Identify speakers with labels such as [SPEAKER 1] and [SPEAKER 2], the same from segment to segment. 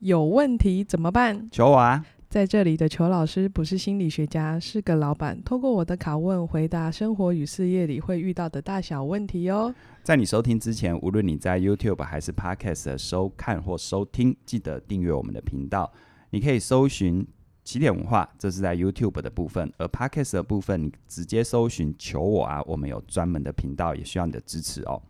[SPEAKER 1] 有问题怎么办？
[SPEAKER 2] 求我啊！
[SPEAKER 1] 在这里的裘老师不是心理学家，是个老板。透过我的拷问，回答生活与事业里会遇到的大小问题哦。
[SPEAKER 2] 在你收听之前，无论你在 YouTube 还是 Podcast 的收看或收听，记得订阅我们的频道。你可以搜寻起点文化，这是在 YouTube 的部分；而 Podcast 的部分，你直接搜寻“求我啊”，我们有专门的频道，也需要你的支持哦。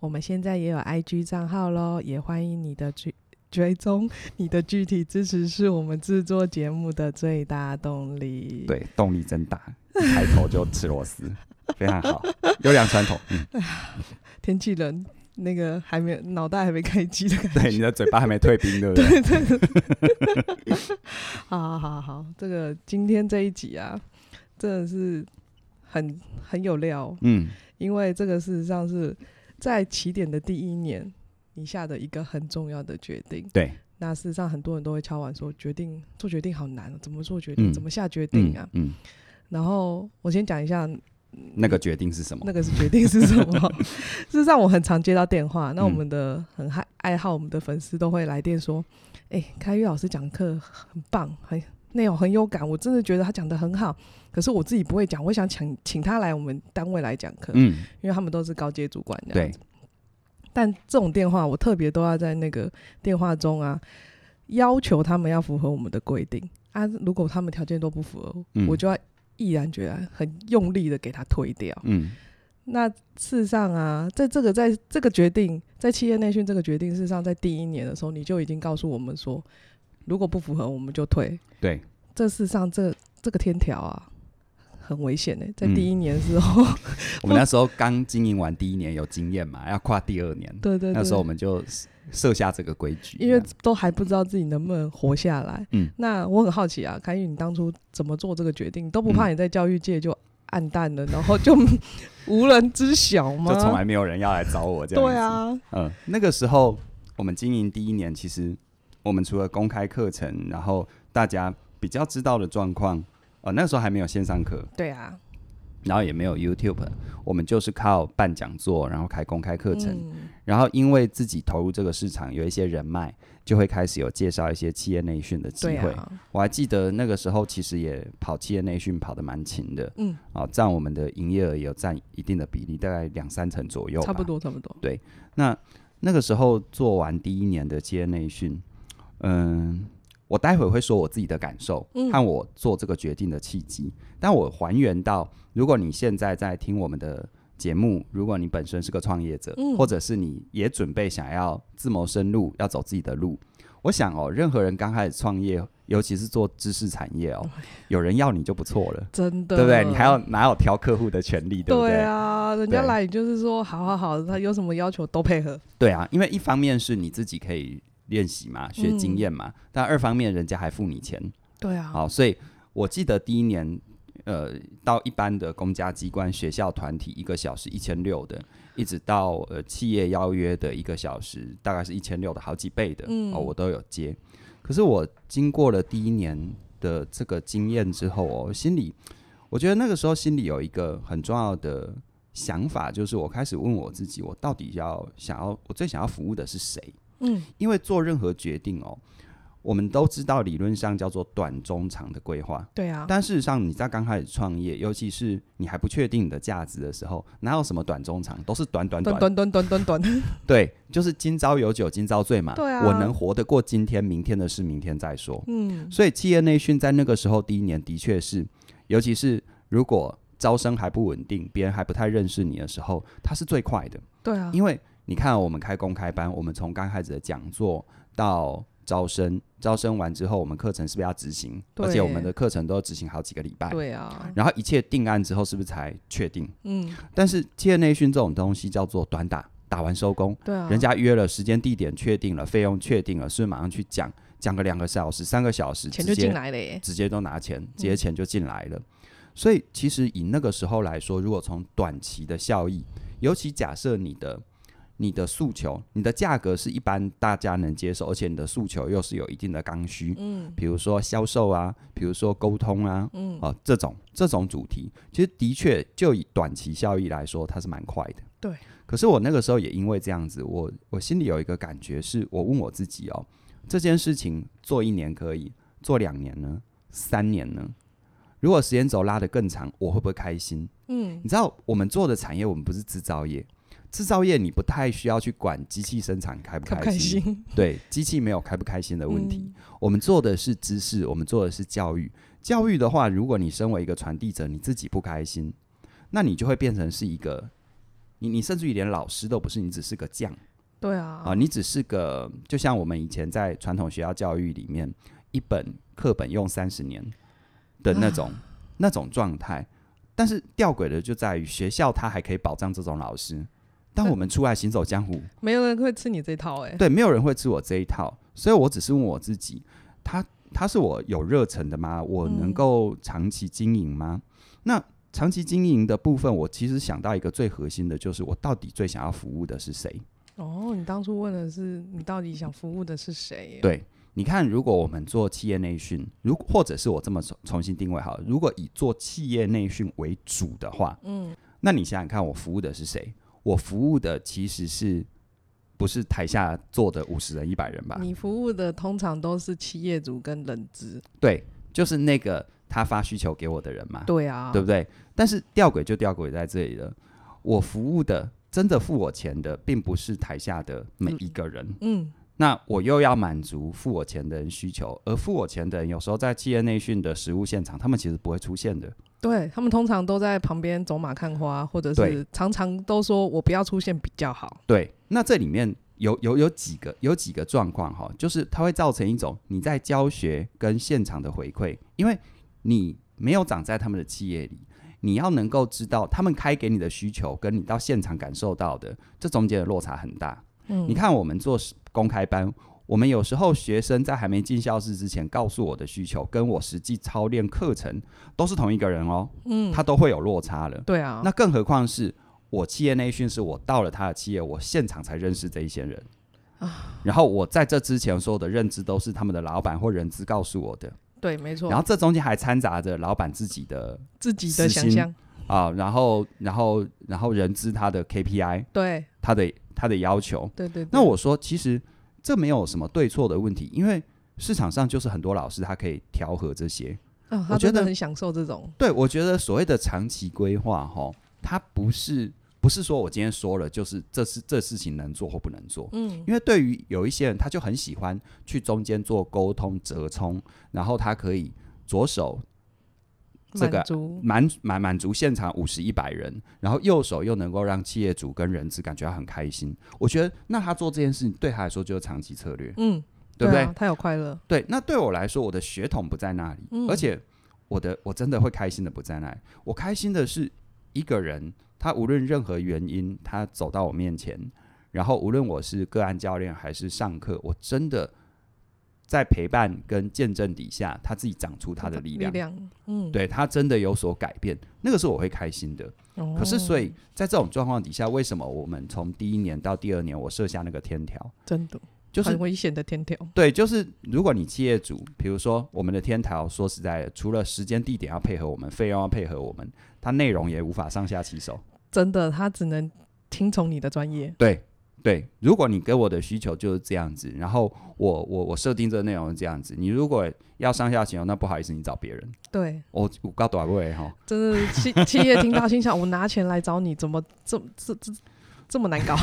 [SPEAKER 1] 我们现在也有 IG 账号喽，也欢迎你的追追踪。你的具体支持是我们制作节目的最大动力。，
[SPEAKER 2] 对，动力真大，一开头就吃螺丝，非常 好，优良传统。 嗯，
[SPEAKER 1] 天气冷，那个还没有脑袋还没开机的感
[SPEAKER 2] 对，
[SPEAKER 1] 觉。
[SPEAKER 2] 你的嘴巴还没退冰，对不对？
[SPEAKER 1] 好 好好好，这个今天这一集啊，真的是很很有料。
[SPEAKER 2] 嗯，
[SPEAKER 1] 因为这个事实上是在起点的第一年，你下的一个很重要的决定。
[SPEAKER 2] 对，
[SPEAKER 1] 那事实上很多人都会敲碗说，决定做决定好难、啊，怎么做决定，
[SPEAKER 2] 嗯
[SPEAKER 1] 怎么下决定
[SPEAKER 2] 嗯
[SPEAKER 1] 啊？
[SPEAKER 2] 嗯，
[SPEAKER 1] 然后我先讲一下
[SPEAKER 2] 那个决定是什么？
[SPEAKER 1] 那个是决定是什么。 事实上，我很常接到电话，
[SPEAKER 2] 嗯
[SPEAKER 1] 那我们的很爱爱好我们的粉丝都会来电说，哎、开宇老师讲课很棒，很内容很有感，我真的觉得他讲的很好。可是我自己不会讲，我想请请他来我们单位来讲课，
[SPEAKER 2] 嗯，
[SPEAKER 1] 因为他们都是高阶主管这样
[SPEAKER 2] 对，
[SPEAKER 1] 但这种电话，我特别都要在那个电话中啊，要求他们要符合我们的规定啊。如果他们条件都不符合，
[SPEAKER 2] 嗯
[SPEAKER 1] 我就要毅然决然、很用力的给他推掉。
[SPEAKER 2] 嗯
[SPEAKER 1] 那事实上啊，在这个在这个决定，在企业内训这个决定，事实上在第一年的时候，你就已经告诉我们说，如果不符合，我们就退。
[SPEAKER 2] 对，
[SPEAKER 1] 这事实上这这个天条啊，很危险的、在
[SPEAKER 2] 嗯
[SPEAKER 1] 第一年的时候，
[SPEAKER 2] 我们那时候刚经营完第一年有经验嘛，要跨第二年，
[SPEAKER 1] 对对对，
[SPEAKER 2] 那时候我们就设下这个规矩，
[SPEAKER 1] 因为
[SPEAKER 2] 这样
[SPEAKER 1] 都还不知道自己能不能活下来。
[SPEAKER 2] 啊嗯
[SPEAKER 1] 那我很好奇啊，凯宇，你当初怎么做这个决定？都不怕你在教育界就暗淡了，然后就无人知晓吗？
[SPEAKER 2] 就从来没有人要来找我这样。
[SPEAKER 1] 对，啊，
[SPEAKER 2] 嗯，那个时候我们经营第一年，其实我们除了公开课程，然后大家比较知道的状况，呃，那时候还没有线上课，
[SPEAKER 1] 对啊，
[SPEAKER 2] 然后也没有 YouTube，我们就是靠办讲座，然后开公开课程，
[SPEAKER 1] 嗯
[SPEAKER 2] 然后因为自己投入这个市场，有一些人脉，就会开始有介绍一些企业内训的机
[SPEAKER 1] 对
[SPEAKER 2] 会。
[SPEAKER 1] 啊，
[SPEAKER 2] 我还记得那个时候，其实也跑企业内训跑得蛮勤的
[SPEAKER 1] 嗯，
[SPEAKER 2] 啊，占我们的营业额有占一定的比例，大概两三成左右，
[SPEAKER 1] 差不。多差不多，
[SPEAKER 2] 那那个时候做完第一年的企业内训，嗯，我待会会说我自己的感受
[SPEAKER 1] 嗯
[SPEAKER 2] 和我做这个决定的契机，但我还原到，如果你现在在听我们的。节目，如果你本身是个创业者，
[SPEAKER 1] 嗯
[SPEAKER 2] 或者是你也准备想要自谋生路，要走自己的路，我想哦，任何人刚开始创业，尤其是做知识产 业哦，有人要你就不错了，
[SPEAKER 1] 真的，
[SPEAKER 2] 对不对？你还有哪有挑客户的权利，对不
[SPEAKER 1] 对啊，人家
[SPEAKER 2] 对
[SPEAKER 1] 来你就是说好好好，他有什么要求都配合，
[SPEAKER 2] 对啊，因为一方面是你自己可以练习嘛，学经验嘛，但二方面人家还付你钱。
[SPEAKER 1] 对啊，
[SPEAKER 2] 好，所以我记得第一年，呃，到一般的公家机关、学校、团体，一个小时一千六的，一直到呃企业邀约的一个小时，大概是一千六的好几倍的，
[SPEAKER 1] 嗯
[SPEAKER 2] 哦，我都有接。可是我经过了第一年的这个经验之后哦，心里我觉得那个时候心里有一个很重要的想法，就是我开始问我自己，我到底要想要我最想要服务的是谁？
[SPEAKER 1] 嗯，
[SPEAKER 2] 因为做任何决定哦，我们都知道理论上叫做短中长的规划，
[SPEAKER 1] 对啊，
[SPEAKER 2] 但事实上你在刚开始创业，尤其是你还不确定你的价值的时候，哪有什么短中长，都是短短短
[SPEAKER 1] 短。短短短短短，
[SPEAKER 2] 对，就是今朝有酒今朝醉嘛。
[SPEAKER 1] 对啊
[SPEAKER 2] 我能活得过今天，明天的事明天再说。
[SPEAKER 1] 嗯，
[SPEAKER 2] 所以企业内训在那个时候第一年的确是，尤其是如果招生还不稳定，别人还不太认识你的时候，它是最快的。
[SPEAKER 1] 对 啊，
[SPEAKER 2] 因为你看，我们开公开班，我们从刚开始的讲座到招生，招生完之后，我们课程是不是要执行？
[SPEAKER 1] 对
[SPEAKER 2] 而且我们的课程都要执行好几个礼拜。
[SPEAKER 1] 对啊，
[SPEAKER 2] 然后一切定案之后，是不是才确定？
[SPEAKER 1] 嗯，
[SPEAKER 2] 但是企业内训这种东西叫做短打，打完收工，
[SPEAKER 1] 对啊，
[SPEAKER 2] 人家约了时间、地点确定了，费用确定了，是不是马上去讲，讲个两个小时、三个小时，
[SPEAKER 1] 钱
[SPEAKER 2] 直
[SPEAKER 1] 就
[SPEAKER 2] 接
[SPEAKER 1] 进来了耶，
[SPEAKER 2] 直接都拿钱，
[SPEAKER 1] 嗯
[SPEAKER 2] 直接钱就进来了。所以其实以那个时候来说，如果从短期的效益，尤其假设你的你的诉求、你的价格是一般大家能接受，而且你的诉求又是有一定的刚需，
[SPEAKER 1] 嗯
[SPEAKER 2] 比如说销售啊，比如说沟通啊，
[SPEAKER 1] 嗯，
[SPEAKER 2] 啊这种这种主题，其实的确就以短期效益来说，它是蛮快的。
[SPEAKER 1] 对。
[SPEAKER 2] 可是我那个时候也因为这样子，我我心里有一个感觉是，我问我自己哦，这件事情做一年可以，做两年呢，三年呢？如果时间轴拉得更长，我会不会开心？
[SPEAKER 1] 嗯
[SPEAKER 2] 你知道我们做的产业，我们不是制造业，制造业你不太需要去管机器生产开不
[SPEAKER 1] 开
[SPEAKER 2] 开
[SPEAKER 1] 不
[SPEAKER 2] 心，
[SPEAKER 1] 开心嗯
[SPEAKER 2] 对，机器没有开不开心的问题。我们做的是知识，我们做的是教育。教育的话，如果你身为一个传递者，你自己不开心，那你就会变成是一个，你你甚至于连老师都不是，你只是个匠
[SPEAKER 1] 嗯对啊，
[SPEAKER 2] 啊、你只是个，就像我们以前在传统学校教育里面，一本课本用三十年的那种、那种状态。但是吊诡的就在于，学校它还可以保障这种老师，但我们出来行走江湖，
[SPEAKER 1] 没有人会吃你这套哎、
[SPEAKER 2] 对，没有人会吃我这一套，所以我只是问我自己，他他是我有热忱的吗？我能
[SPEAKER 1] 嗯
[SPEAKER 2] 够长期经营吗？那长期经营的部分，我其实想到一个最核心的，就是我到底最想要服务的是谁？
[SPEAKER 1] 哦，你当初问的是你到底想服务的是谁？，
[SPEAKER 2] 对，你看，如果我们做企业内训，如或者是我这么重重新定位好了，如果以做企业内训为主的话，
[SPEAKER 1] 嗯，
[SPEAKER 2] 那你想想看，我服务的是谁？我服务的其实是不是台下坐的五十人、一百人吧？
[SPEAKER 1] 你服务的通常都是企业主跟人资，
[SPEAKER 2] 对，就是那个他发需求给我的人嘛，
[SPEAKER 1] 对啊，
[SPEAKER 2] 对不对？但是吊诡就吊诡在这里了，我服务的真的付我钱的，并不是台下的每一个人。
[SPEAKER 1] 嗯，
[SPEAKER 2] 那我又要满足付我钱的人需求，而付我钱的人有时候在企业内训的实务现场，他们其实不会出现的。
[SPEAKER 1] 对他们通常都在旁边走马看花，或者
[SPEAKER 2] 对
[SPEAKER 1] 是常常都说我不要出现比较好，
[SPEAKER 2] 对，那这里面有有有几个有几个状况哈，就是它会造成一种你在教学跟现场的回馈，因为你没有长在他们的企业里，你要能够知道他们开给你的需求跟你到现场感受到的，这中间的落差很大。
[SPEAKER 1] 嗯，
[SPEAKER 2] 你看我们做实公开班。我们有时候学生在还没进教室之前告诉我的需求，跟我实际操练课程都是同一个人哦，
[SPEAKER 1] 嗯，
[SPEAKER 2] 他都会有落差了。
[SPEAKER 1] 对啊，
[SPEAKER 2] 那更何况是我企业内训，是我到了他的企业，我现场才认识这一些人然后我在这之前所有的认知都是他们的老板或人资告诉我的，
[SPEAKER 1] 对，没错，
[SPEAKER 2] 然后这中间还掺杂着老板自己的
[SPEAKER 1] 自己的
[SPEAKER 2] 私
[SPEAKER 1] 想
[SPEAKER 2] 心
[SPEAKER 1] 象，
[SPEAKER 2] 啊，然后然后然后人资他的 KPI，
[SPEAKER 1] 对
[SPEAKER 2] 他的他的要求。
[SPEAKER 1] 对对，对
[SPEAKER 2] 那我说，其实这没有什么对错的问题，因为市场上就是很多老师他可以调和这些。
[SPEAKER 1] 嗯，
[SPEAKER 2] 我
[SPEAKER 1] 他
[SPEAKER 2] 觉
[SPEAKER 1] 真的
[SPEAKER 2] 得
[SPEAKER 1] 很享受这种，
[SPEAKER 2] 对，我觉得所谓的长期规划，哈，它不是不是说我今天说了，就是这是这事情能做或不能做。
[SPEAKER 1] 嗯
[SPEAKER 2] 因为对于有一些人，他就很喜欢去中间做沟通折冲，然后他可以左手这个啊
[SPEAKER 1] 满足，
[SPEAKER 2] 满满满足现场五十一百人，然后右手又能够让企业主跟人资感觉到很开心。我觉得那他做这件事情对他来说就是长期策略，
[SPEAKER 1] 嗯，
[SPEAKER 2] 对不对？
[SPEAKER 1] 啊他有快乐，
[SPEAKER 2] 对，那对我来说，我的血统不在那里，
[SPEAKER 1] 嗯
[SPEAKER 2] 而且我的我真的会开心的不在那里。我开心的是一个人，他无论任何原因，他走到我面前，然后无论我是个案教练还是上课，我真的在陪伴跟见证底下，他自己长出他的力量，
[SPEAKER 1] 嗯，
[SPEAKER 2] 对他真的有所改变，那个是我会开心的。
[SPEAKER 1] 哦，
[SPEAKER 2] 可是，所以在这种状况底下，为什么我们从第一年到第二年，我设下那个天条，
[SPEAKER 1] 真的
[SPEAKER 2] 就是
[SPEAKER 1] 很危险的天条，
[SPEAKER 2] 对，就是如果你企业主，比如说我们的天条，说实在的，除了时间地点要配合我们，费用要配合我们，它内容也无法上下其手。
[SPEAKER 1] 真的他只能听从你的专业，
[SPEAKER 2] 对对，如果你给我的需求就是这样子，然后我我我设定这个内容是这样子，你如果要上下其手，那不好意思，你找别人。
[SPEAKER 1] 对，
[SPEAKER 2] 我我告短位哈，
[SPEAKER 1] 真的企企业听到心想，我拿钱来找你，怎么这这这这么难搞？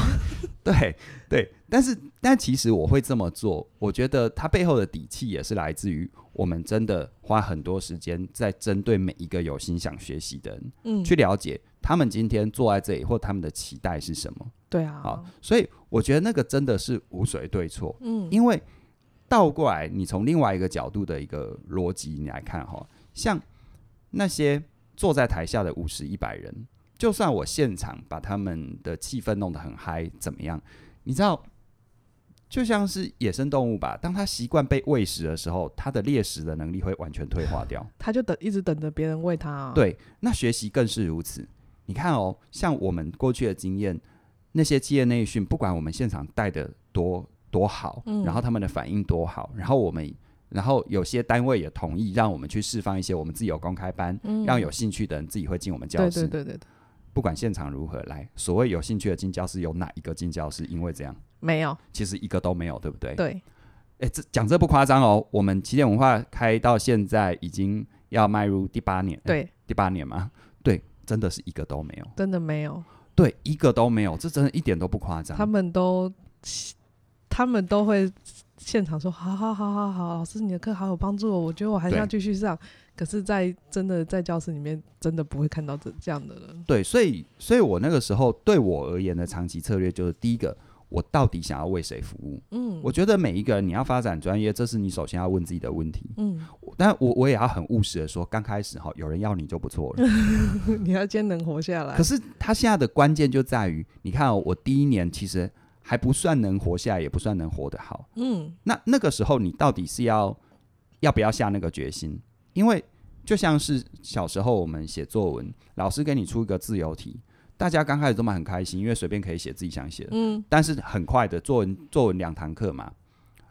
[SPEAKER 2] 对对，但是但其实我会这么做，我觉得它背后的底气也是来自于我们真的花很多时间在针对每一个有心想学习的人。
[SPEAKER 1] 嗯，
[SPEAKER 2] 去了解他们今天坐在这里或他们的期待是什么。
[SPEAKER 1] 对啊，
[SPEAKER 2] 好，所以我觉得那个真的是无所谓对错，
[SPEAKER 1] 嗯，
[SPEAKER 2] 因为倒过来，你从另外一个角度的一个逻辑你来看哈，像那些坐在台下的五十一百人，就算我现场把他们的气氛弄得很嗨，怎么样？你知道？就像是野生动物吧，当它习惯被喂食的时候，它的猎食的能力会完全退化掉。
[SPEAKER 1] 他就等一直等着别人喂他、啊，，
[SPEAKER 2] 对，那学习更是如此。你看哦，像我们过去的经验，那些企业内训，不管我们现场带的多多好，
[SPEAKER 1] 嗯
[SPEAKER 2] 然后他们的反应多好，然后我们，然后有些单位也同意让我们去释放一些我们自己有公开班，
[SPEAKER 1] 嗯
[SPEAKER 2] 让有兴趣的人自己会进我们教
[SPEAKER 1] 对
[SPEAKER 2] 室。
[SPEAKER 1] 对对对对，
[SPEAKER 2] 不管现场如何来，所谓有兴趣的进教室，有哪一个进教室？因为这样，
[SPEAKER 1] 没有，
[SPEAKER 2] 其实一个都没有，对不对？
[SPEAKER 1] 对，
[SPEAKER 2] 哎、这讲这不夸张哦，我们起点文化开到现在已经要迈入第八年，诶，
[SPEAKER 1] 对，
[SPEAKER 2] 第八年吗？对，真的是一个都没有，
[SPEAKER 1] 真的没有，
[SPEAKER 2] 对，一个都没有，这真的一点都不夸张。
[SPEAKER 1] 他们都他们都会现场说，好好好好好，老师你的课好有帮助哦，我觉得我还是
[SPEAKER 2] 对
[SPEAKER 1] 要继续上。可是在真的在教室里面，真的不会看到这这样的人。
[SPEAKER 2] 对，所以，所以我那个时候对我而言的长期策略就是，第一个，我到底想要为谁服务？
[SPEAKER 1] 嗯，
[SPEAKER 2] 我觉得每一个人你要发展专业，这是你首先要问自己的问题。
[SPEAKER 1] 嗯，
[SPEAKER 2] 但我我也要很务实的说，刚开始哈，有人要你就不错了。
[SPEAKER 1] 嗯你要先能活下来
[SPEAKER 2] 可。是他现在的关键就在于，你看、哦、我第一年其实还不算能活下来，也不算能活得好。
[SPEAKER 1] 嗯，
[SPEAKER 2] 那那个时候你到底是要要不要下那个决心？因为就像是小时候我们写作文，老师给你出一个自由题，大家刚开始都蛮很开心，因为随便可以写自己想写的。
[SPEAKER 1] 嗯，
[SPEAKER 2] 但是很快的，作文作文两堂课嘛，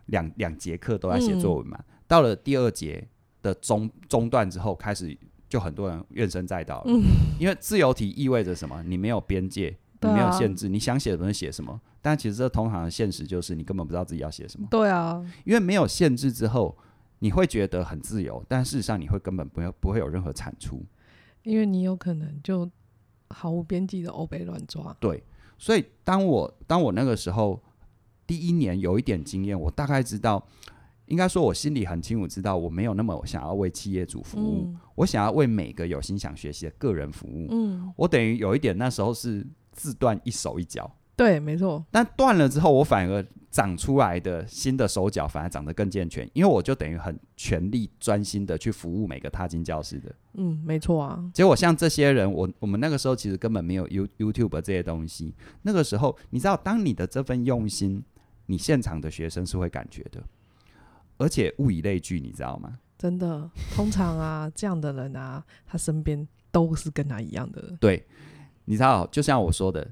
[SPEAKER 2] 两两节课都在写作文嘛。
[SPEAKER 1] 嗯
[SPEAKER 2] 到了第二节的中中段之后，开始就很多人怨声载道了，
[SPEAKER 1] 嗯
[SPEAKER 2] 因为自由题意味着什么？你没有边界，你
[SPEAKER 1] 对啊
[SPEAKER 2] 没有限制，你想写什么就写什么。但其实这通常的现实就是，你根本不知道自己要写什么。
[SPEAKER 1] 对啊，
[SPEAKER 2] 因为没有限制之后，你会觉得很自由，但事实上你会根本不要不会有任何产出。
[SPEAKER 1] 因为你有可能就毫无边际的欧北乱抓。
[SPEAKER 2] 对，所以当我当我那个时候第一年有一点经验，我大概知道，应该说我心里很清楚知道，我没有那么想要为企业主服务，
[SPEAKER 1] 嗯
[SPEAKER 2] 我想要为每个有心想学习的个人服务。
[SPEAKER 1] 嗯，
[SPEAKER 2] 我等于有一点那时候是自断一手一脚，
[SPEAKER 1] 对，没错。
[SPEAKER 2] 但断了之后，我反而长出来的新的手脚反而长得更健全，因为我就等于很全力专心的去服务每个踏进教室的。
[SPEAKER 1] 嗯，没错啊。
[SPEAKER 2] 结果像这些人，我我们那个时候其实根本没有 You YouTube 这些东西。那个时候，你知道，当你的这份用心，你现场的学生是会感觉的，而且物以类聚，你知道吗？
[SPEAKER 1] 真的，通常啊，这样的人啊，他身边都是跟他一样的人。
[SPEAKER 2] 对，你知道，就像我说的，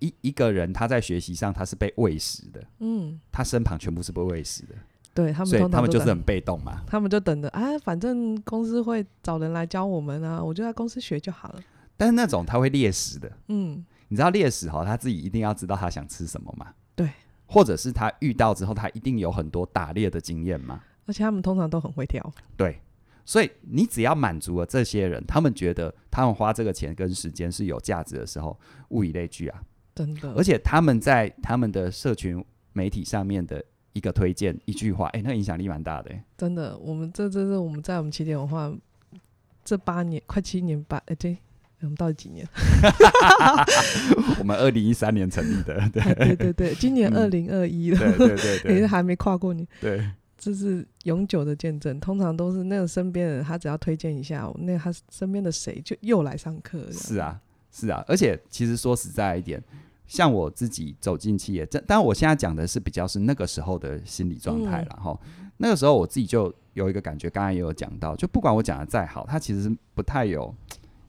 [SPEAKER 2] 一一个人他在学习上他是被喂食的，
[SPEAKER 1] 嗯，
[SPEAKER 2] 他身旁全部是被喂食的，
[SPEAKER 1] 对他们
[SPEAKER 2] 所
[SPEAKER 1] 通常
[SPEAKER 2] 以他们
[SPEAKER 1] 都
[SPEAKER 2] 就是
[SPEAKER 1] 在
[SPEAKER 2] 很被动嘛。
[SPEAKER 1] 他们就等着啊，反正公司会找人来教我们啊，我就在公司学就好了。
[SPEAKER 2] 但是那种他会猎食的，
[SPEAKER 1] 嗯，
[SPEAKER 2] 你知道猎食哈，他自己一定要知道他想吃什么嘛？
[SPEAKER 1] 对，
[SPEAKER 2] 或者是他遇到之后，他一定有很多打猎的经验嘛？
[SPEAKER 1] 而且他们通常都很会挑。
[SPEAKER 2] 对，所以你只要满足了这些人，他们觉得他们花这个钱跟时间是有价值的时候，物以类聚啊。
[SPEAKER 1] 真的，
[SPEAKER 2] 而且他们在他们的社群媒体上面的一个推荐，一句话，哎、那影响力蛮大的、诶
[SPEAKER 1] 真的，我们这这是我们在我们起点文化这八年，快七年八，哎、对，我们到底几年？
[SPEAKER 2] 我们二零一三年成立的，对
[SPEAKER 1] 哎对对对，今年二
[SPEAKER 2] 嗯
[SPEAKER 1] 零二一了，
[SPEAKER 2] 对
[SPEAKER 1] 也
[SPEAKER 2] 对对
[SPEAKER 1] 是
[SPEAKER 2] 对
[SPEAKER 1] 还没跨过年，
[SPEAKER 2] 对
[SPEAKER 1] 这是永久的见证。通常都是那个身边的人，他只要推荐一下，哦那个他身边的谁就又来上课了。
[SPEAKER 2] 是，啊是啊。而且其实说实在一点。像我自己走进企业，这但我现在讲的是比较是那个时候的心理状态
[SPEAKER 1] 嗯
[SPEAKER 2] 了哈、齁那个时候我自己就有一个感觉，刚才也有讲到，就不管我讲的再好，它其实不太有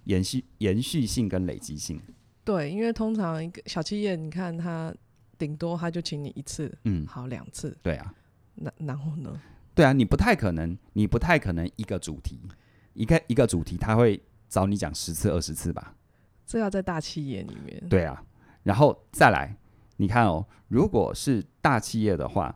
[SPEAKER 2] 延续延续性跟累积性。
[SPEAKER 1] 对，因为通常一个小企业，你看他顶多他就请你一次，
[SPEAKER 2] 嗯，
[SPEAKER 1] 好两次，
[SPEAKER 2] 对啊，
[SPEAKER 1] 那然后呢？
[SPEAKER 2] 对啊，你不太可能，你不太可能一个主题，一个一个主题，他会找你讲十次二十次吧？
[SPEAKER 1] 这要在大企业里面，
[SPEAKER 2] 对啊，然后再来，你看哦，如果是大企业的话，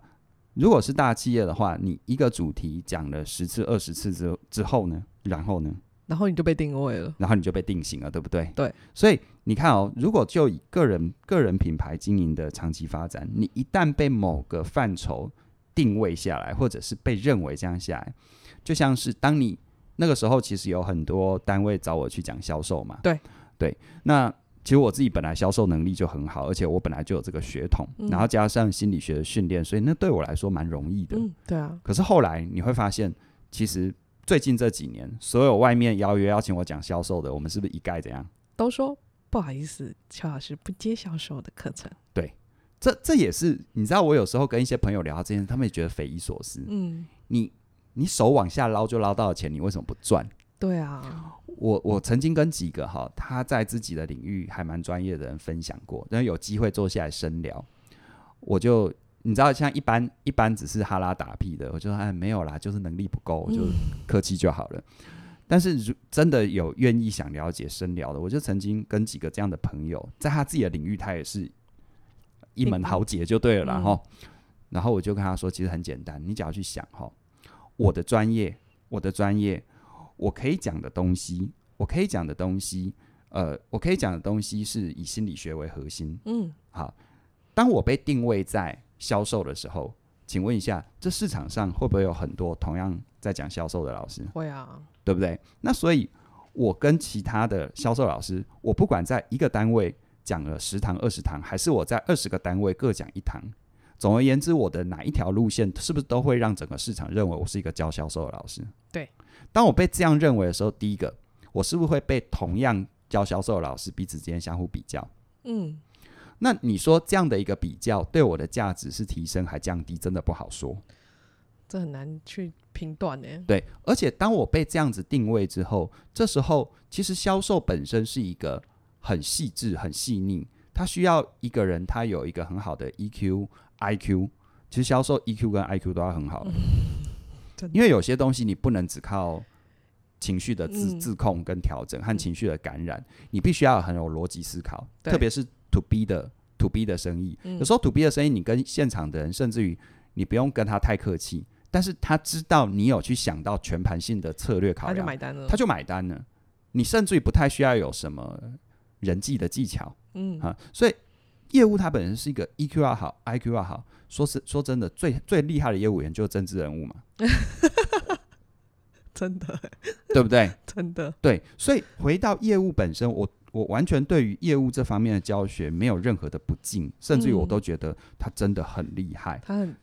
[SPEAKER 2] 如果是大企业的话，你一个主题讲了十次、二十次之之后呢，然后呢，
[SPEAKER 1] 然后你就被定位了。
[SPEAKER 2] 然后你就被定型了，对不对？
[SPEAKER 1] 对，
[SPEAKER 2] 所以你看哦，如果就以个人个人品牌经营的长期发展，你一旦被某个范畴定位下来，或者是被认为这样下来，就像是当你那个时候，其实有很多单位找我去讲销售嘛，
[SPEAKER 1] 对
[SPEAKER 2] 对，那。其实我自己本来销售能力就很好，而且我本来就有这个血统，
[SPEAKER 1] 嗯
[SPEAKER 2] 然后加上心理学的训练，所以那对我来说蛮容易的。
[SPEAKER 1] 嗯，对啊，
[SPEAKER 2] 可是后来你会发现，其实最近这几年，所有外面邀约邀请我讲销售的，我们是不是一概怎样？
[SPEAKER 1] 都说不好意思，乔老师不接销售的课程。
[SPEAKER 2] 这这也是你知道，我有时候跟一些朋友聊到这件事，他们也觉得匪夷所思。
[SPEAKER 1] 嗯，
[SPEAKER 2] 你你手往下捞就捞到的钱，你为什么不赚？
[SPEAKER 1] 对啊，
[SPEAKER 2] 我我曾经跟几个哈，他在自己的领域还蛮专业的人分享过，然后有机会坐下来深聊，我就你知道，像一般一般只是哈拉打屁的，我就说哎没有啦，就是能力不够，我就
[SPEAKER 1] 嗯
[SPEAKER 2] 客气就好了。但是如真的有愿意想了解深聊的，我就曾经跟几个这样的朋友，在他自己的领域，他也是一门豪杰就对了啦，
[SPEAKER 1] 嗯
[SPEAKER 2] 哈、然后我就跟他说，其实很简单，你只要去想哈，我的专业，我的专业，我可以讲的东西，我可以讲的东西，呃，我可以讲的东西是以心理学为核心。
[SPEAKER 1] 嗯，
[SPEAKER 2] 好，当我被定位在销售的时候，请问一下，这市场上会不会有很多同样在讲销售的老师？
[SPEAKER 1] 会啊，
[SPEAKER 2] 对不对？那所以，我跟其他的销售老师，我不管在一个单位讲了十堂、二十堂，还是我在二十个单位各讲一堂，总而言之，我的哪一条路线是不是都会让整个市场认为我是一个教销售的老师？
[SPEAKER 1] 对。
[SPEAKER 2] 当我被这样认为的时候，第一个，我是不是会被同样教销售的老师彼此之间相互比较？
[SPEAKER 1] 嗯，
[SPEAKER 2] 那你说这样的一个比较对我的价值是提升还降低，真的不好说。
[SPEAKER 1] 这很难去评断欸呢。
[SPEAKER 2] 对，而且当我被这样子定位之后，这时候其实销售本身是一个很细致、很细腻，它需要一个人他有一个很好的 E EQ、IQ。其实销售 EQ 跟 IQ 都要很好，
[SPEAKER 1] 嗯真的
[SPEAKER 2] 因为有些东西你不能只靠情绪的自、
[SPEAKER 1] 嗯
[SPEAKER 2] 自控跟调整和情绪的感染，你必须要很有逻辑思考，
[SPEAKER 1] 对
[SPEAKER 2] 特别是 to B 的 to B 的生意，
[SPEAKER 1] 嗯
[SPEAKER 2] 有时候 to B 的生意，你跟现场的人，甚至于你不用跟他太客气，但是他知道你有去想到全盘性的策略考
[SPEAKER 1] 他就
[SPEAKER 2] 量，
[SPEAKER 1] 买单了，
[SPEAKER 2] 他就买单了。你甚至于不太需要有什么人际的技巧，
[SPEAKER 1] 嗯
[SPEAKER 2] 啊，所以业务它本身是一个 EQ 要好，IQ 要好。说是说真的，最最厉害的业务员就是政治人物嘛，
[SPEAKER 1] 真的
[SPEAKER 2] 对不对？
[SPEAKER 1] 真的，
[SPEAKER 2] 对，所以回到业务本身，我我完全对于业务这方面的教学没有任何的不敬，甚至于我
[SPEAKER 1] 嗯
[SPEAKER 2] 都觉得他真的很厉害。
[SPEAKER 1] 他很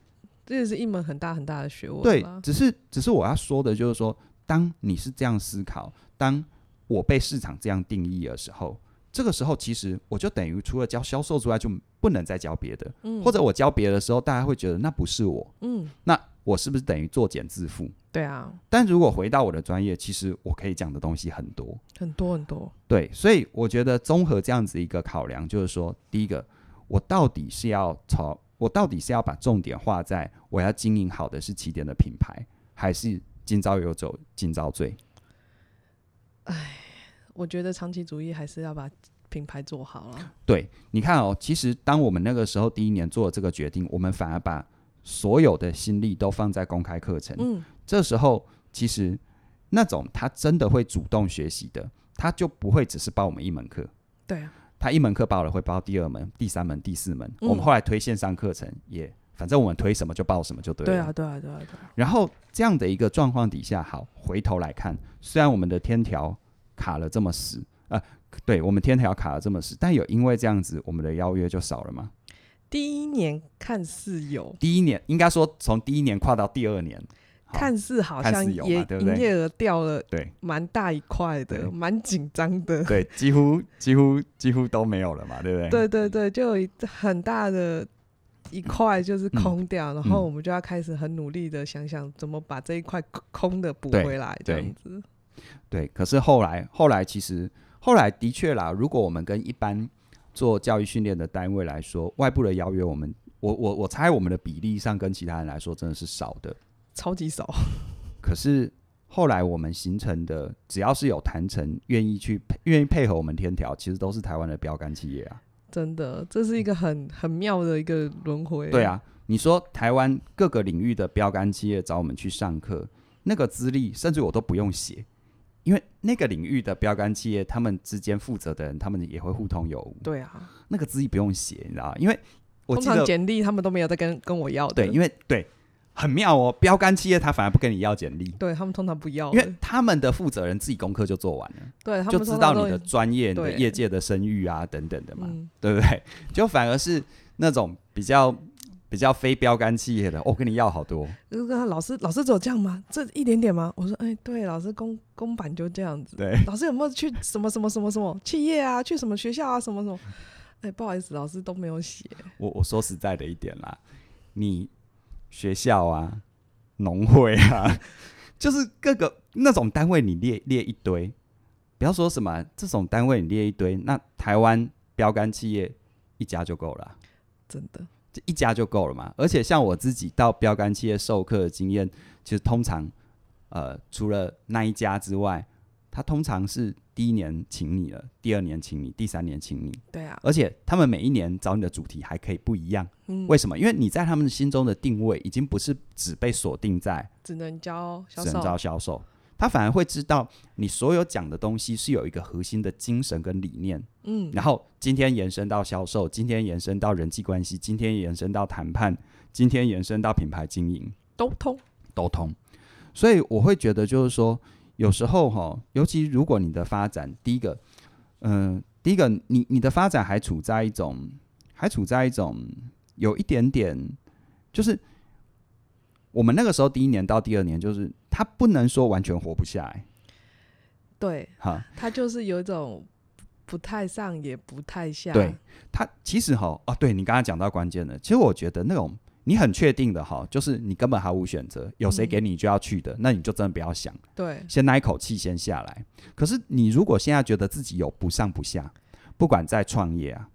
[SPEAKER 1] 这也是一门很大很大的学问
[SPEAKER 2] 对
[SPEAKER 1] 啦，
[SPEAKER 2] 只是只是我要说的就是说，当你是这样思考，当我被市场这样定义的时候，这个时候其实我就等于除了教销售之外，就不能再教别的，
[SPEAKER 1] 嗯
[SPEAKER 2] 或者我教别的时候，大家会觉得那不是我，
[SPEAKER 1] 嗯，
[SPEAKER 2] 那我是不是等于作茧自缚？
[SPEAKER 1] 对啊，
[SPEAKER 2] 但如果回到我的专业，其实我可以讲的东西很多，
[SPEAKER 1] 很多很多，
[SPEAKER 2] 对，所以我觉得综合这样子一个考量，就是说，第一个，我到底是要朝我到底是要把重点画在我要经营好的是起点的品牌，还是今朝有酒今朝醉？
[SPEAKER 1] 我觉得长期主义还是要把品牌做好了。
[SPEAKER 2] 对，你看哦，其实当我们那个时候第一年做了这个决定，我们反而把所有的心力都放在公开课程，
[SPEAKER 1] 嗯，
[SPEAKER 2] 这时候其实那种他真的会主动学习的，他就不会只是报我们一门课，
[SPEAKER 1] 对啊，
[SPEAKER 2] 他一门课报了会报第二门、第三门、第四门。
[SPEAKER 1] 嗯
[SPEAKER 2] 我们后来推线上课程也，反正我们推什么就报什么就对了。
[SPEAKER 1] 对啊，对啊，对啊，对啊，
[SPEAKER 2] 然后这样的一个状况底下，好，回头来看，虽然我们的天条卡了这么死，呃，对我们天条卡了这么死，但有因为这样子，我们的邀约就少了吗？
[SPEAKER 1] 第一年看似有，
[SPEAKER 2] 第一年应该说从第一年跨到第二年，好
[SPEAKER 1] 看似好
[SPEAKER 2] 看
[SPEAKER 1] 像
[SPEAKER 2] 似有嘛
[SPEAKER 1] 也
[SPEAKER 2] 对不对
[SPEAKER 1] 营业额掉了
[SPEAKER 2] 对
[SPEAKER 1] 蛮大一块
[SPEAKER 2] 对
[SPEAKER 1] 的，蛮紧张的。
[SPEAKER 2] 对，几乎几乎几乎都没有了嘛，对不对？
[SPEAKER 1] 对对对，就有一很大的一块就是空掉，然后
[SPEAKER 2] 嗯
[SPEAKER 1] 我们就要开始很努力的想想怎么把这一块空空的补
[SPEAKER 2] 对
[SPEAKER 1] 回来，这
[SPEAKER 2] 对
[SPEAKER 1] 样子。
[SPEAKER 2] 对，可是后来后来其实后来的确啦，如果我们跟一般做教育训练的单位来说，外部的邀约我们。我我我猜我们的比例上跟其他人来说真的是少的，
[SPEAKER 1] 超级少，
[SPEAKER 2] 可是后来我们形成的，只要是有谈成愿意去配愿意配合我们天条，其实都是台湾的标杆企业啊。
[SPEAKER 1] 真的，这是一个很很妙的一个轮回。
[SPEAKER 2] 对，啊，你说台湾各个领域的标杆企业找我们去上课，那个资历甚至我都不用写，因为那个领域的标杆企业，他们之间负责的人，他们也会互通有无。
[SPEAKER 1] 对啊，
[SPEAKER 2] 那个资历不用写，你知道吗？因为我
[SPEAKER 1] 通
[SPEAKER 2] 记得
[SPEAKER 1] 常简历他们都没有在跟跟我要的，
[SPEAKER 2] 对，因为对很妙哦，标杆企业他反而不跟你要简历，
[SPEAKER 1] 对他们通常不要
[SPEAKER 2] 因
[SPEAKER 1] 的，
[SPEAKER 2] 为他们的负责人自己功课就做完了。
[SPEAKER 1] 对哦他们
[SPEAKER 2] 就知
[SPEAKER 1] 通
[SPEAKER 2] 道
[SPEAKER 1] 常都
[SPEAKER 2] 你的专业、你的
[SPEAKER 1] 对
[SPEAKER 2] 业界的声誉啊等等的嘛，
[SPEAKER 1] 嗯，
[SPEAKER 2] 对不对？就反而是那种比较比较非标杆企业的，哦我、跟你要好多，
[SPEAKER 1] 就是跟他老师，老师只有这样吗？这一点点吗？我说，哎，对，老师公公版就这样子。
[SPEAKER 2] 对，
[SPEAKER 1] 老师有没有去什么什么什么什么企业啊？去什么学校啊？什么什么？哎，不好意思，老师都没有写。
[SPEAKER 2] 我我说实在的一点啦，你学校啊、农会啊， 就是各个那种单位，你列列一堆，不要说什么啊这种单位你列一堆，那台湾标杆企业一家就够了啊、
[SPEAKER 1] 真的，
[SPEAKER 2] 这一家就够了嘛。而且像我自己到标杆企业授课的经验，其实通常呃除了那一家之外，它通常是第一年请你了，第二年请你，第三年请你，
[SPEAKER 1] 对啊，
[SPEAKER 2] 而且他们每一年找你的主题还可以不一样。
[SPEAKER 1] 嗯，
[SPEAKER 2] 为什么？因为你在他们心中的定位已经不是只被锁定在
[SPEAKER 1] 只能教销
[SPEAKER 2] 神
[SPEAKER 1] 售，
[SPEAKER 2] 招销售，他反而会知道你所有讲的东西是有一个核心的精神跟理念。
[SPEAKER 1] 嗯，
[SPEAKER 2] 然后今天延伸到销售，今天延伸到人际关系，今天延伸到谈判，今天延伸到品牌经营，
[SPEAKER 1] 都通，
[SPEAKER 2] 都通。所以我会觉得，就是说，有时候哈、尤其如果你的发展，第一个，嗯、第一个，你你的发展还处在一种，还处在一种有一点点，就是我们那个时候第一年到第二年，就是他不能说完全活不下来，
[SPEAKER 1] 对
[SPEAKER 2] 哈，
[SPEAKER 1] 他就是有一种不太上也不太下，
[SPEAKER 2] 对他其实哈啊，对你刚刚讲到关键了。其实我觉得那种你很确定的哈，就是你根本毫无选择，有谁给你就要去的，那你就真的不要想，
[SPEAKER 1] 对
[SPEAKER 2] 先那一口气先下来。可是你如果现在觉得自己有不上不下，不管在创业啊、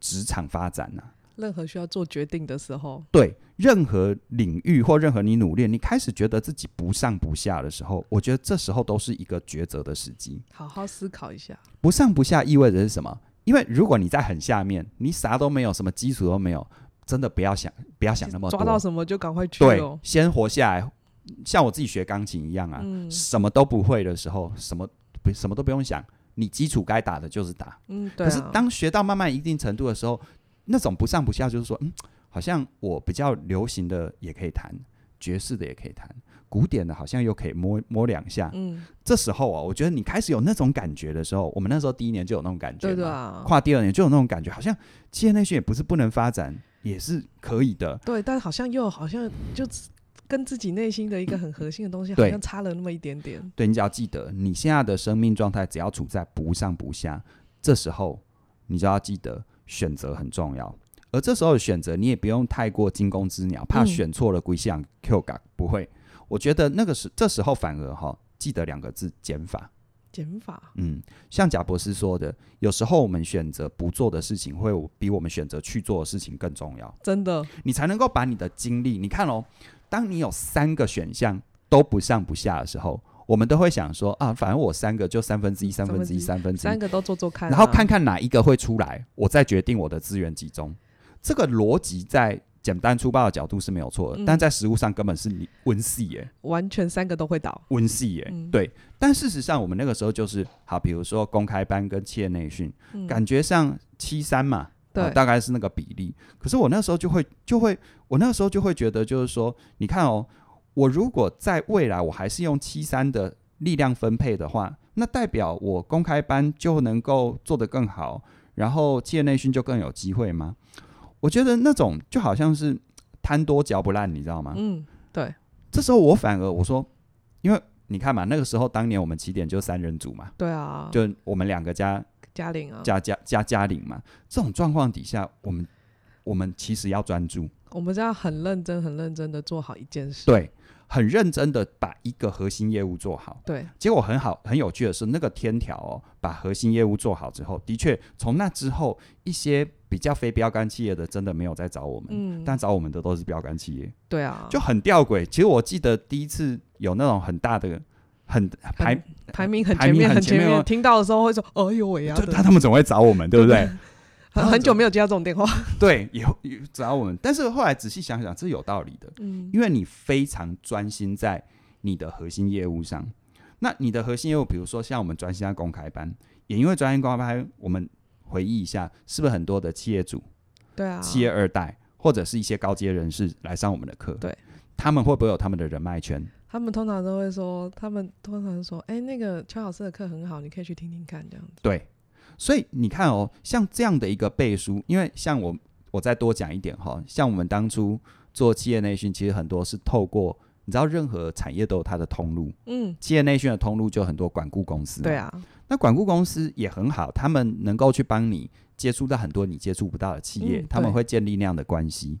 [SPEAKER 2] 职场发展啊，
[SPEAKER 1] 任何需要做决定的时候，
[SPEAKER 2] 对任何领域或任何你努力，你开始觉得自己不上不下的时候，我觉得这时候都是一个抉择的时机。
[SPEAKER 1] 好好思考一下，
[SPEAKER 2] 不上不下意味着是什么？因为如果你在很下面，你啥都没有，什么基础都没有，真的不要想，不要想那么多。
[SPEAKER 1] 抓到什么就赶快去
[SPEAKER 2] 对
[SPEAKER 1] 哦，，
[SPEAKER 2] 先活下来。像我自己学钢琴一样啊，
[SPEAKER 1] 嗯
[SPEAKER 2] 什么都不会的时候，什么不什么都不用想，你基础该打的就是打。
[SPEAKER 1] 嗯，对
[SPEAKER 2] 可
[SPEAKER 1] 啊，
[SPEAKER 2] 是当学到慢慢一定程度的时候，那种不上不下，就是说，嗯，好像我比较流行的也可以弹，爵士的也可以弹，古典的好像又可以摸摸两下，
[SPEAKER 1] 嗯，
[SPEAKER 2] 这时候啊，我觉得你开始有那种感觉的时候，我们那时候第一年就有那种感觉，
[SPEAKER 1] 对对，啊，
[SPEAKER 2] 跨第二年就有那种感觉，好像企业内训也不是不能发展，也是可以的。
[SPEAKER 1] 对，但好像又好像就跟自己内心的一个很核心的东西，好
[SPEAKER 2] 对
[SPEAKER 1] 像差了那么一点点。
[SPEAKER 2] 对你只要记得，你现在的生命状态只要处在不上不下，这时候你就要记得选择很重要。而这时候的选择，你也不用太过惊弓之鸟，怕
[SPEAKER 1] 嗯
[SPEAKER 2] 选错了归向 Q 感不会。我觉得那个时这时候反而哈、记得两个字减法。
[SPEAKER 1] 减法，
[SPEAKER 2] 嗯，像贾博士说的，有时候我们选择不做的事情，会比我们选择去做的事情更重要。
[SPEAKER 1] 真的，
[SPEAKER 2] 你才能够把你的精力，你看哦，当你有三个选项都不上不下的时候，我们都会想说啊，反正我三个就三分之一、三分之一、三分之
[SPEAKER 1] 三
[SPEAKER 2] 一，
[SPEAKER 1] 个都做做看啊、
[SPEAKER 2] 然后看看哪一个会出来，我再决定我的资源集中。这个逻辑在简单粗暴的角度是没有错的，
[SPEAKER 1] 嗯
[SPEAKER 2] 但在实物上根本是你温系耶。
[SPEAKER 1] 完全三个都会倒。
[SPEAKER 2] 温系耶，
[SPEAKER 1] 嗯
[SPEAKER 2] 对。但事实上，我们那个时候就是好，比如说公开班跟企业内训，
[SPEAKER 1] 嗯
[SPEAKER 2] 感觉上七三嘛，
[SPEAKER 1] 对
[SPEAKER 2] 啊大概是那个比例。可是我那时候就会就会，我那时候就会觉得，就是说，你看哦，我如果在未来我还是用七三的力量分配的话，那代表我公开班就能够做得更好，然后企业内训就更有机会吗？我觉得那种就好像是贪多嚼不烂，你知道吗？
[SPEAKER 1] 嗯，
[SPEAKER 2] 这时候我反而我说，因为你看嘛，那个时候当年我们起点就三人组嘛，
[SPEAKER 1] 对啊，
[SPEAKER 2] 就我们两个加
[SPEAKER 1] 嘉玲啊，
[SPEAKER 2] 加加加加零嘛，这种状况底下，我们我们其实要专注，
[SPEAKER 1] 我们这样很认真、很认真的做好一件事。
[SPEAKER 2] 对，很认真的把一个核心业务做好。
[SPEAKER 1] 对，
[SPEAKER 2] 结果很好，很有趣的是，那个天条哦，把核心业务做好之后，的确从那之后，一些比较非标杆企业的真的没有再找我们，
[SPEAKER 1] 嗯，
[SPEAKER 2] 但找我们的都是标杆企业。
[SPEAKER 1] 对啊，
[SPEAKER 2] 就很吊诡。其实我记得第一次有那种很大的、很排，
[SPEAKER 1] 排名很
[SPEAKER 2] 排
[SPEAKER 1] 前
[SPEAKER 2] 名
[SPEAKER 1] 面、
[SPEAKER 2] 很
[SPEAKER 1] 很
[SPEAKER 2] 前面
[SPEAKER 1] 面
[SPEAKER 2] 哦，
[SPEAKER 1] 听到的时候会说：“哎呦喂呀
[SPEAKER 2] 就！”他他们总会找我们，对不对？他
[SPEAKER 1] 很很久没有接到这种电话。
[SPEAKER 2] 对，也也找我们。但是后来仔细想想，这是有道理的，
[SPEAKER 1] 嗯，
[SPEAKER 2] 因为你非常专心在你的核心业务上。那你的核心业务，比如说像我们专心在公开班，也因为专心公开班，我们回忆一下，是不是很多的企业主、
[SPEAKER 1] 对啊，
[SPEAKER 2] 企业二代，或者是一些高阶人士来上我们的课？
[SPEAKER 1] 对，
[SPEAKER 2] 他们会不会有他们的人脉圈？
[SPEAKER 1] 他们通常都会说，他们通常说：“哎、那个邱老师的课很好，你可以去听听看。”这样子。
[SPEAKER 2] 对，所以你看哦，像这样的一个背书，因为像我，我再多讲一点哈、像我们当初做企业内训，其实很多是透过，你知道，任何产业都有它的通路，
[SPEAKER 1] 嗯，
[SPEAKER 2] 企业内训的通路就很多管顾公司，
[SPEAKER 1] 对，啊，
[SPEAKER 2] 那管顾公司也很好，他们能够去帮你接触到很多你接触不到的企业，
[SPEAKER 1] 嗯
[SPEAKER 2] 他们
[SPEAKER 1] 对
[SPEAKER 2] 会建立那样的关系。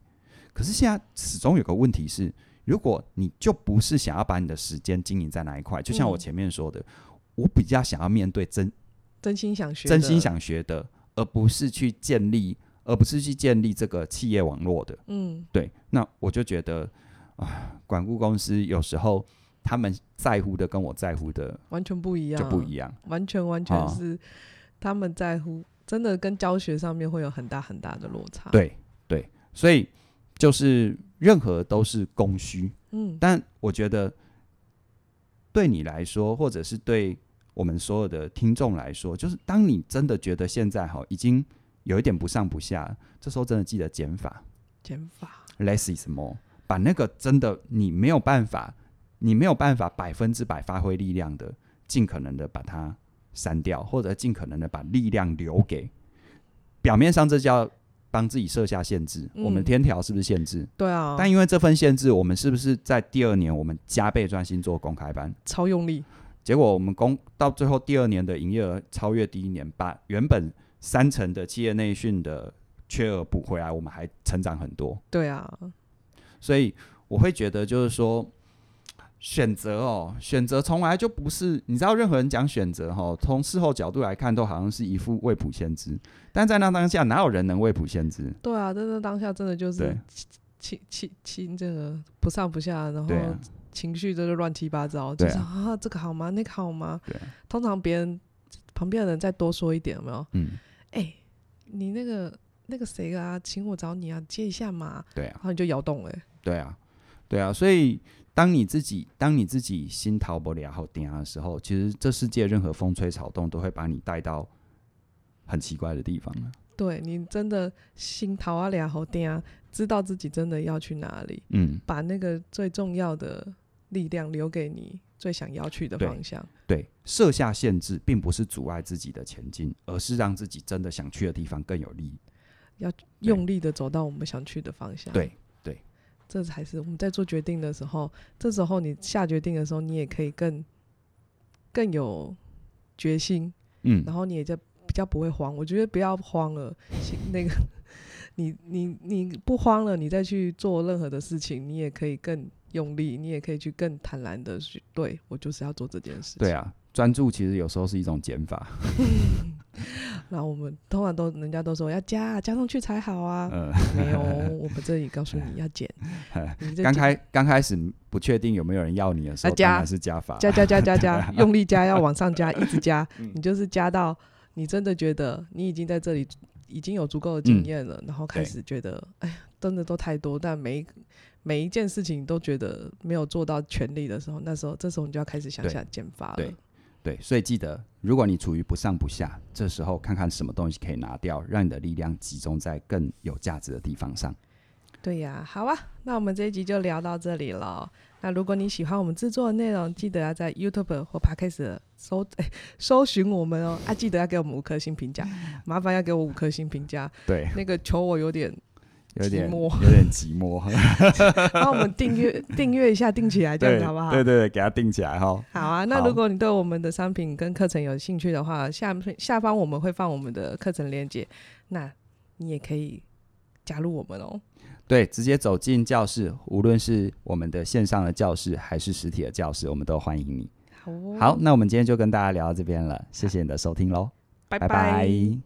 [SPEAKER 2] 可是现在始终有个问题是，如果你就不是想要把你的时间经营在哪一块，就像我
[SPEAKER 1] 嗯
[SPEAKER 2] 前面说的，我比较想要面对真
[SPEAKER 1] 真心想学，
[SPEAKER 2] 真心，想学的，而不是去建立，而不是去建立这个企业网络的。
[SPEAKER 1] 嗯，
[SPEAKER 2] 对，那我就觉得啊，管顾公司有时候他们在乎的跟我在乎的
[SPEAKER 1] 完全不一样，
[SPEAKER 2] 就不一样。
[SPEAKER 1] 完全完全
[SPEAKER 2] 啊
[SPEAKER 1] 是他们在乎，真的跟教学上面会有很大很大的落差。，
[SPEAKER 2] 对对，所以就是任何都是供需，
[SPEAKER 1] 嗯，
[SPEAKER 2] 但我觉得对你来说，或者是对我们所有的听众来说，就是当你真的觉得现在好已经有一点不上不下了，这时候真的记得减法
[SPEAKER 1] 减法，
[SPEAKER 2] ，less is more，把那个真的你没有办法，你没有办法百分之百发挥力量的，尽可能的把它删掉，或者尽可能的把力量留给表面上这叫。帮自己设下限制，我们
[SPEAKER 1] 嗯
[SPEAKER 2] 天条是不是限制？
[SPEAKER 1] 对啊，
[SPEAKER 2] 但因为这份限制，我们是不是在第二年我们加倍专心做公开班？
[SPEAKER 1] 超用力，
[SPEAKER 2] 结果我们公到最后第二年的营业额超越第一年，把原本三成的企业内训的缺额补回来，我们还成长很多。
[SPEAKER 1] 对啊，
[SPEAKER 2] 所以我会觉得就是说，选择哦，选择从来就不是你知道，任何人讲选择哦，从事后角度来看，都好像是一副未卜先知，但在那当下，哪有人能未卜先知？
[SPEAKER 1] 对啊，真的当下真的就是
[SPEAKER 2] 对
[SPEAKER 1] 情情情这个不上不下，然后
[SPEAKER 2] 对啊，
[SPEAKER 1] 情绪真的乱七八糟，
[SPEAKER 2] 对
[SPEAKER 1] 就
[SPEAKER 2] 啊
[SPEAKER 1] 是啊这个好吗？那个好吗？
[SPEAKER 2] 对啊
[SPEAKER 1] 通常别人旁边的人再多说一点，有没有？
[SPEAKER 2] 嗯，
[SPEAKER 1] 哎、你那个那个谁啊，请我找你啊，接一下嘛，
[SPEAKER 2] 对啊
[SPEAKER 1] 然。后你就摇动了、
[SPEAKER 2] 对啊，对啊，所以当你自己当你自己心逃不了好点的啊时候，其实这世界任何风吹草动都会把你带到很奇怪的地方啊了。
[SPEAKER 1] 对你真的心桃啊俩好颠啊，知道自己真的要去哪里，
[SPEAKER 2] 嗯，
[SPEAKER 1] 把那个最重要的力量留给你最想要去的
[SPEAKER 2] 对
[SPEAKER 1] 方向。
[SPEAKER 2] 对，设下限制并不是阻碍自己的前进，而是让自己真的想去的地方更有利。
[SPEAKER 1] 用力的走到我们想去的方向，，
[SPEAKER 2] 对，
[SPEAKER 1] 这才是我们在做决定的时候。这时候你下决定的时候，你也可以更更有决心，
[SPEAKER 2] 嗯，
[SPEAKER 1] 然后你也就比较不会慌。我觉得不要慌了，心那个 你你你不慌了，你再去做任何的事情，你也可以更用力，你也可以去更坦然的去，对我就是要做这件事情。
[SPEAKER 2] 对啊，专注其实有时候是一种减法。
[SPEAKER 1] 然后我们通常都人家都说要加啊加上去才好啊，
[SPEAKER 2] 呃，
[SPEAKER 1] 没有，我们这里告 诉你要减，你这
[SPEAKER 2] 刚
[SPEAKER 1] 减
[SPEAKER 2] 开刚开始不确定有没有人要你的时
[SPEAKER 1] 啊
[SPEAKER 2] 候，
[SPEAKER 1] 加
[SPEAKER 2] 当然是加法。
[SPEAKER 1] 加加加加
[SPEAKER 2] 啊
[SPEAKER 1] 加，用力加，要往上加，一直 加，
[SPEAKER 2] 嗯
[SPEAKER 1] 你就是加到你真的觉得你已经在这里已经有足
[SPEAKER 2] 嗯
[SPEAKER 1] 够的经验了，然后开始觉得，哎呀，真的都太多，但每一每一件事情都觉得没有做到全力的时候，那时候这时候你就要开始想
[SPEAKER 2] 对
[SPEAKER 1] 想减法了
[SPEAKER 2] 对。对，所以记得，如果你处于不上不下，这时候看看什么东西可以拿掉，让你的力量集中在更有价值的地方上。
[SPEAKER 1] 对呀、好啊，那我们这一集就聊到这里了。那如果你喜欢我们制作的内容，记得要在 YouTube 或 Podcast 搜、哎搜寻我们哦。啊，记得要给我们五颗星评价，麻烦要给我五颗星评价。
[SPEAKER 2] 对，
[SPEAKER 1] 那个求我有点
[SPEAKER 2] 有点
[SPEAKER 1] 寂寞
[SPEAKER 2] 有点寂寞，
[SPEAKER 1] 帮我们订阅订阅一下，订起 来这样
[SPEAKER 2] 对
[SPEAKER 1] 子好不好？
[SPEAKER 2] 对对对，给它定起来哈。
[SPEAKER 1] 好啊，那
[SPEAKER 2] 好
[SPEAKER 1] 如果你对我们的商品跟课程有兴趣的话，下面下方我们会放我们的课程链接，那你也可以加入我们哦。
[SPEAKER 2] 对，直接走进教室，无论是我们的线上的教室还是实体的教室，我们都欢迎你。
[SPEAKER 1] 好哦，
[SPEAKER 2] 好，那我们今天就跟大家聊到这边了，谢谢你的收听喽，
[SPEAKER 1] 拜
[SPEAKER 2] 拜拜